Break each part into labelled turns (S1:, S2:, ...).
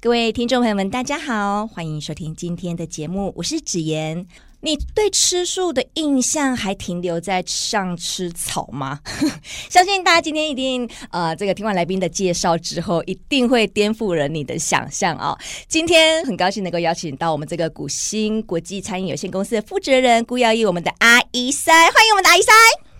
S1: 各位听众朋友们，大家好，欢迎收听今天的节目，我是子妍。你对吃素的印象还停留在上吃草吗？ 相信大家今天一定呃，这个听完来宾的介绍之后，一定会颠覆人你的想象哦。今天很高兴能够邀请到我们这个古新国际餐饮有限公司的负责人顾耀义，我们的阿姨塞，欢迎我们的阿姨塞。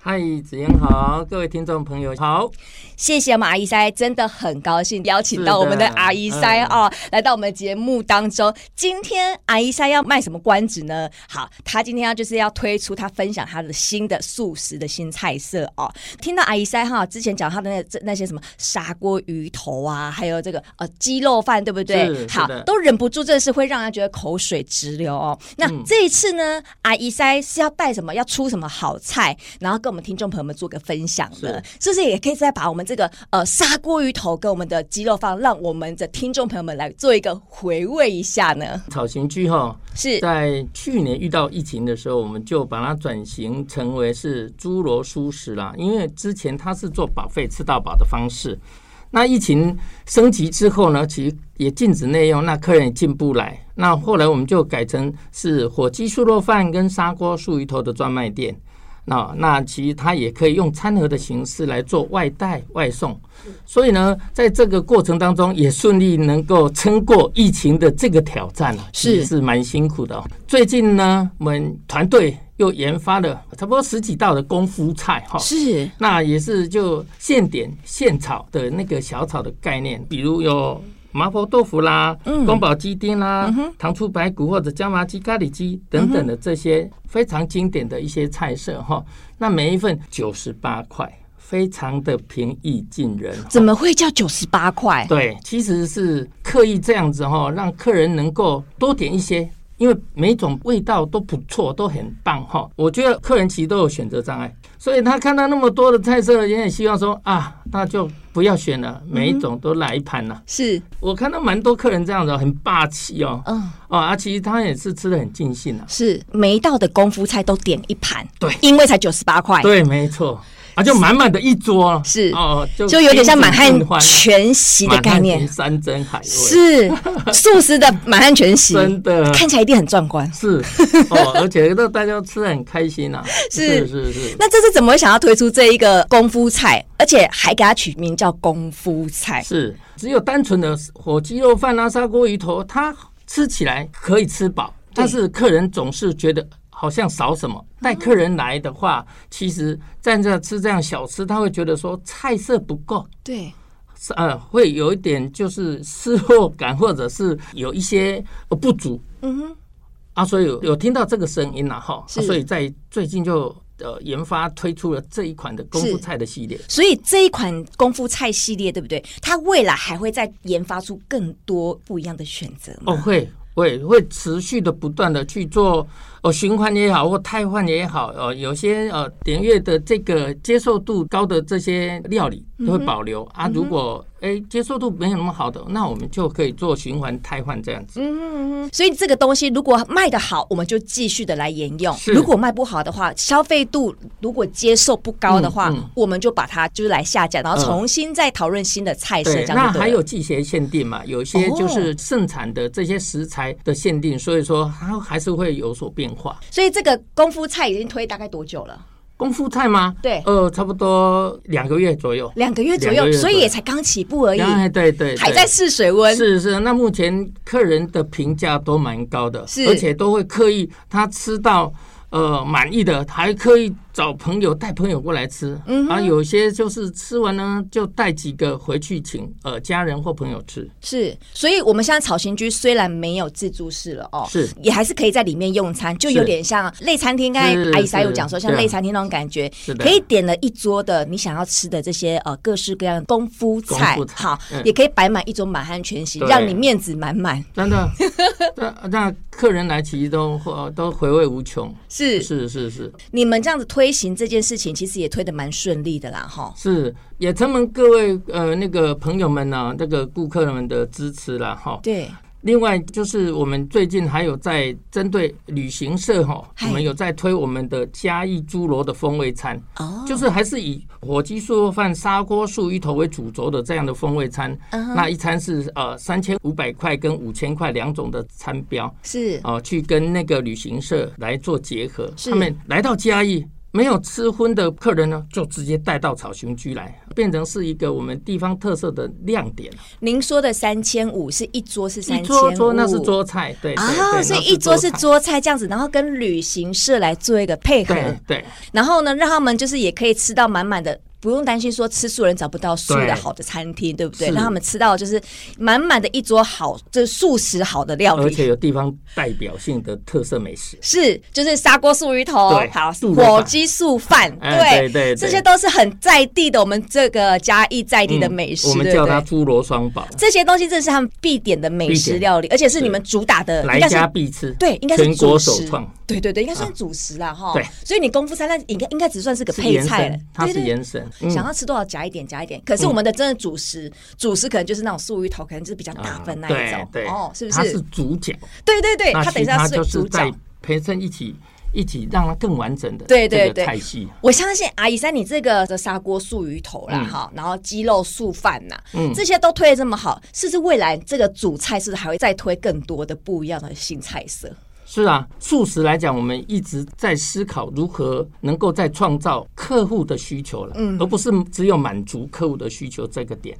S2: 嗨，子妍好，各位听众朋友好，
S1: 谢谢我们阿姨塞，真的很高兴邀请到我们的阿姨塞
S2: 是的
S1: 哦，来到我们节目当中。今天阿姨塞要卖什么关子呢？好，她今天要就是要推出她分享她的新的素食的新菜色哦。听到阿姨塞哈之前讲她的那这那些什么砂锅鱼头啊，还有这个呃鸡肉饭，对不对
S2: 是？是
S1: 好
S2: 的，
S1: 都忍不住，真的是会让人觉得口水直流哦。那
S2: 嗯
S1: 这一次呢，阿姨塞是要带什么？要出什么好菜？然后跟我们听众朋友们做个分享的，呃是不是也可以再把我们这个呃砂锅鱼头跟我们的鸡肉饭，让我们的听众朋友们来做一个回味一下呢？
S2: 草刑居哈，
S1: 是
S2: 在去年遇到疫情的时候，我们就把它转型成为是猪肉素食啦，因为之前它是做把费吃到饱的方式。那疫情升级之后呢，其实也禁止内用，那客人也进不来。那后来我们就改成是火鸡素肉饭跟砂锅素鱼头的专卖店。那那其实它也可以用餐盒的形式来做外带外送，所以呢，在这个过程当中也顺利能够撑过疫情的这个挑战啊，
S1: 是
S2: 其实是蛮辛苦的、哦。最近呢，我们团队又研发了差不多十几道的功夫菜哈、
S1: 是
S2: 那也是就现点现炒的那个小炒的概念，比如有麻婆豆腐啦、宫保鸡丁啦、糖醋排骨或者椒麻鸡、咖喱鸡等等的这些非常经典的一些菜色哈。那每一份九十八块，非常的平易近人。
S1: 怎么会叫九十八块？
S2: 对，其实是刻意这样子哈、让客人能够多点一些，因为每种味道都不错，都很棒哈、我觉得客人其实都有选择障碍，所以他看到那么多的菜色，也很希望说啊，那就不要选了，
S1: 嗯
S2: 每一种都来一盘了、
S1: 是
S2: 我看到蛮多客人这样子哦，很霸气哦，
S1: 嗯
S2: 哦，啊，其实他也是吃的很尽兴啊。
S1: 是，每一道的功夫菜都点一盘，
S2: 对
S1: 因为才九十八块，
S2: 对，没错，啊，就满满的一桌，
S1: 哎是
S2: 哦，就
S1: 就有点像满汉
S2: 宾主尽欢
S1: 全席的
S2: 满汉
S1: 概念
S2: 全。山珍海味，
S1: 是素食的满汉全席，
S2: 真的
S1: 看起来一定很壮观。
S2: 是哦，而且那大家吃的很开心啊，
S1: 是
S2: 是是，
S1: 那这次怎么会想要推出这一个功夫菜，而且还给它取名叫功夫菜？
S2: 是只有单纯的火鸡肉饭啊、砂锅鱼头，它吃起来可以吃饱，但是客人总是觉得。好像少什么？带客人来的话，其实站这吃这样小吃，他会觉得说菜色不够，
S1: 对，
S2: 是呃，会有一点就是失落感，或者是有一些呃不足。
S1: 嗯哼，
S2: 啊，所以有有听到这个声音了哈，啊
S1: 是
S2: 所以在最近就呃研发推出了这一款的功夫菜的系列。
S1: 所以这一款功夫菜系列，对不对？它未来还会再研发出更多不一样的选择吗？
S2: 哦，会会会持续的不断的去做呃循环也好，或汰换也好，呃有些呃点阅的这个接受度高的这些料理
S1: 嗯
S2: 都会保留、啊。如果哎接受度没有那么好的，那我们就可以做循环汰换这样子。嗯
S1: 所以这个东西如果卖得好，我们就继续的来沿用；
S2: 是
S1: 如果卖不好的话，消费度如果接受不高的话，
S2: 嗯嗯
S1: 我们就把它就是来下架，然后
S2: 嗯
S1: 重新再讨论新的菜色。
S2: 对，
S1: 这样就
S2: 那
S1: 对
S2: 还
S1: 了哦
S2: 有季节限定嘛，有些就是盛产的这些食材的限定，所以说它还是会有所变化。
S1: 所以这个功夫菜已经推大概多久了？
S2: 功夫菜吗？
S1: 对
S2: 呃，差不多两个月左右。
S1: 两个月左右，
S2: 两个月左右
S1: 所以也才刚起步而已，
S2: 哎，对对，对
S1: 还在试水温。
S2: 是是，那目前客人的评价都蛮高的，
S1: 是
S2: 而且都会刻意他吃到呃满意的，还刻意找朋友带朋友过来吃，嗯，啊，有些就是吃完呢就带几个回去请呃家人或朋友吃，
S1: 是，所以我们现在草行居虽然没有自助式了哦，
S2: 是
S1: 也还是可以在里面用餐，就有点像类餐厅。刚才
S2: 是
S1: 阿姨莎有
S2: 是
S1: 讲说，像
S2: 对啊
S1: 类餐厅那种感觉，
S2: 是的
S1: 可以点了一桌的你想要吃的这些呃各式各样的功夫菜，
S2: 功夫菜
S1: 好，
S2: 嗯
S1: 也可以摆满一桌满汉全席，
S2: 对啊
S1: 让你面子满满。
S2: 真的， 那那客人来其实都呃都回味无穷，
S1: 是
S2: 是是是
S1: 你们这样子推行这件事情，其实也推的蛮顺利的啦，哈。
S2: 是，也啊承蒙各位呃那个朋友们呢、那个顾客们的支持啦哈，
S1: 对，
S2: 另外就是我们最近还有在针对旅行社哈，
S1: 嗨
S2: 我们有在推我们的嘉义猪螺的风味餐，
S1: 哦
S2: 就是还是以火鸡素肉饭、砂锅素鱼头为主轴的这样的风味餐。
S1: 嗯哼
S2: 那一餐是呃三千五百块跟五千块两种的餐标
S1: 是
S2: 哦、去跟那个旅行社来做结合。
S1: 是
S2: 他们来到嘉义。没有吃荤的客人呢，就直接带到草熊居来，变成是一个我们地方特色的亮点。
S1: 您说的三千五是一桌是三
S2: 一
S1: 千
S2: 桌
S1: 五，
S2: 桌那是桌菜，对对
S1: 啊，
S2: 对
S1: 所以
S2: 那
S1: 一桌是
S2: 菜
S1: 桌菜这样子，然后跟旅行社来做一个配合，
S2: 对对
S1: 然后呢，让他们就是也可以吃到满满的。不用担心说吃素人找不到素的
S2: 对
S1: 好的餐厅，对不对？
S2: 是
S1: 让他们吃到就是满满的一桌好，就是素食好的料
S2: 而
S1: 理。
S2: 且有地方代表性的特色美食。
S1: 是，就是砂锅素鱼头，
S2: 对
S1: 好
S2: 素肉饭
S1: 火鸡素饭，
S2: 哎对对对
S1: 这些都是很在地的，我们这个嘉义在地的美食，
S2: 嗯我们
S1: 对
S2: 叫
S1: 不
S2: 它
S1: 对
S2: 猪螺双宝，
S1: 这些东西，这是他们必点的美
S2: 必
S1: 食
S2: 点
S1: 料理，而且是你们主打的，
S2: 来
S1: 呃应该是
S2: 家必吃，
S1: 对，应该是
S2: 全
S1: 主
S2: 国
S1: 食
S2: 首创，啊
S1: 对对对，应该算主食啦哈。
S2: 对
S1: 所以你功夫餐那应该应该只算是个
S2: 是
S1: 配
S2: 延
S1: 菜了
S2: 伸，，它
S1: 对
S2: 是
S1: 对
S2: 延伸，嗯
S1: 想要吃多少夹一点，夹一点。可是我们的真的主食，主食可能就是那种素鱼头，可能就是比较大份那一种
S2: 啊，对对
S1: 哦，是不
S2: 它是
S1: 是？
S2: 主角，
S1: 对对对，他等
S2: 其
S1: 一下
S2: 他
S1: 是
S2: 就是
S1: 主角
S2: 在。陪衬一起一起让它更完整的
S1: 对对
S2: 这
S1: 对
S2: 个菜系。
S1: 我相信阿姨三，你这个的砂锅素鱼头啦，
S2: 嗯
S1: 哈、然后鸡肉素饭呐，
S2: 嗯
S1: 这些都推的这么好，是不是未来这个主菜是不是还会再推更多的不一样的新菜色？
S2: 是啊，素食来讲，我们一直在思考如何能够再创造客户的需求了，
S1: 嗯
S2: 而不是只有满足客户的需求这个点。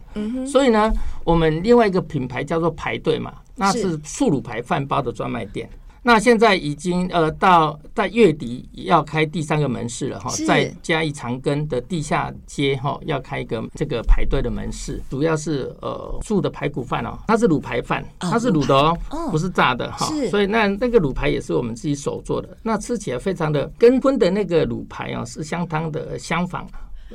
S2: 所以呢，我们另外一个品牌叫做排队嘛，那
S1: 是
S2: 是素乳牌饭包的专卖店。那现在已经呃到在月底要开第三个门市了哈
S1: 是，
S2: 在嘉义长庚的地下街哈要开一个这个排队的门市，主要是呃素的排骨饭哦，它是卤排饭，它是卤的哦
S1: 排哦，
S2: 不是炸的哈
S1: 是，
S2: 所以那那个卤排也是我们自己手做的，那吃起来非常的跟荤的那个卤排啊是相当的相仿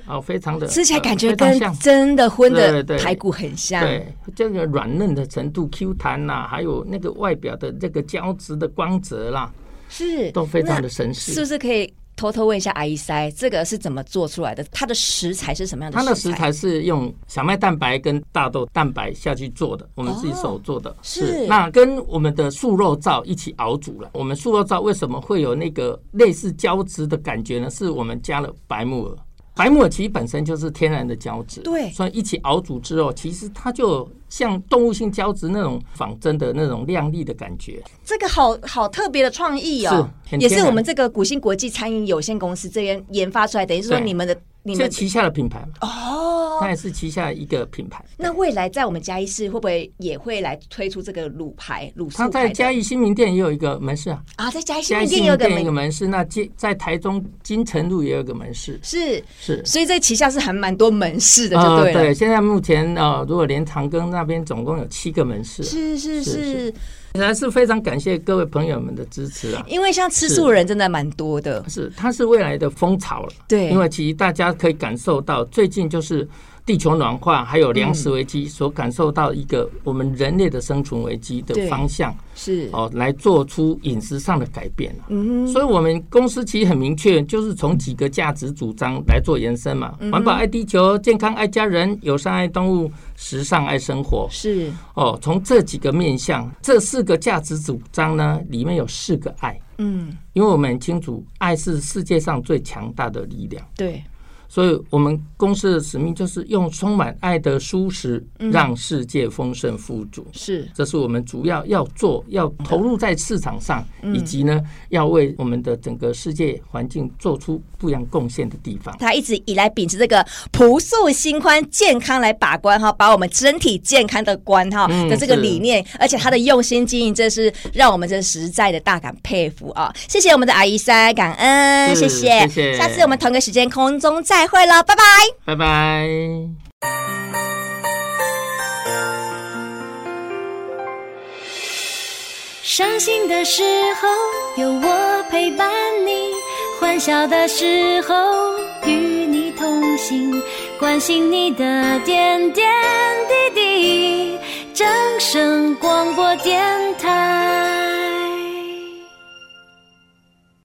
S2: 啊，非常的
S1: 吃起来感觉
S2: 呃
S1: 跟
S2: 非常像
S1: 真的荤的
S2: 对对
S1: 排骨很像，
S2: 对这个软嫩的程度、Q 弹呐、还有那个外表的这个胶质的光泽啦，
S1: 是
S2: 都非常
S1: 那
S2: 的神
S1: 是
S2: 似
S1: 不。是可以偷偷问一下阿姨塞，这个是怎么做出来的？它的食材是什么样的？
S2: 它的食材是用小麦蛋白跟大豆蛋白下去做的，我们自己手做的。
S1: 哦是
S2: 那跟我们的素肉燥一起熬煮了。我们素肉燥为什么会有那个类似胶质的感觉呢？是我们加了白木耳。白木耳其实本身就是天然的胶质，
S1: 对
S2: 所以一起熬煮之后，其实它就像动物性胶质那种仿真的那种亮丽的感觉。
S1: 这个好好特别的创意哦，
S2: 是很
S1: 也是
S2: 天然
S1: 我们这个古新国际餐饮有限公司这边研发出来，等于是说
S2: 对
S1: 你们的你
S2: 这
S1: 们
S2: 旗下的品牌嘛，
S1: 哦。
S2: 它也是旗下一个品牌。
S1: 那未来在我们嘉义市会不会也会来推出这个卤排卤素
S2: 它
S1: 排
S2: 在
S1: 的
S2: 嘉义新民店也有一个门市啊，
S1: 啊，在嘉义市
S2: 嘉
S1: 一
S2: 义
S1: 定
S2: 新
S1: 有
S2: 民
S1: 个
S2: 店一个
S1: 门
S2: 门市，那金在台中金城路也有一个门市，
S1: 是，
S2: 是。
S1: 所以这旗下是还蛮多门市的，就
S2: 呃
S1: 对了。
S2: 对，现在目前呃，如果连长庚那边总共有七个门市，
S1: 是是
S2: 是
S1: 是，
S2: 还是非常感谢各位朋友们的支持啊。
S1: 因为像吃
S2: 是
S1: 素人真的蛮多的，
S2: 是，它是未来的风潮了。
S1: 对
S2: 因为其实大家可以感受到，最近就是地球暖化还有粮食
S1: 嗯
S2: 危机所感受到一个我们人类的生存危机的
S1: 对嗯
S2: 方向。
S1: 是
S2: 哦，来做出饮食上的改变、啊、所以我们公司其实很明确，就是从几个价值主张来做延伸嘛。
S1: 嗯
S2: 环保爱地球，健康爱家人，友善爱动物，时尚爱生活。
S1: 是
S2: 哦，从这几个面向，这四个价值主张呢，里面有四个爱。
S1: 嗯
S2: 因为我们很清楚，爱是世界上最强大的力量，
S1: 对，
S2: 所以我们公司的使命就是用充满爱的舒适，
S1: 嗯
S2: 让世界丰盛富足。
S1: 是
S2: 这是我们主要要做、要投入在市场上，以及呢，要为我们的整个世界环境做出不一样贡献的地方。
S1: 他一直以来秉持这个朴素、心宽、健康来把关哈，把我们身体健康的关哈
S2: 嗯
S1: 的这个
S2: 是
S1: 理念，而且他的用心经营，这是让我们这实在的大感佩服啊！谢谢我们的阿姨塞，感恩，
S2: 是
S1: 谢
S2: 谢谢
S1: 下次我们同个时间空中再会了，拜拜。
S2: 拜拜。
S3: 伤心的时候有我陪伴你，欢笑的时候与你同行，关心你的点点滴滴。掌声广播电台。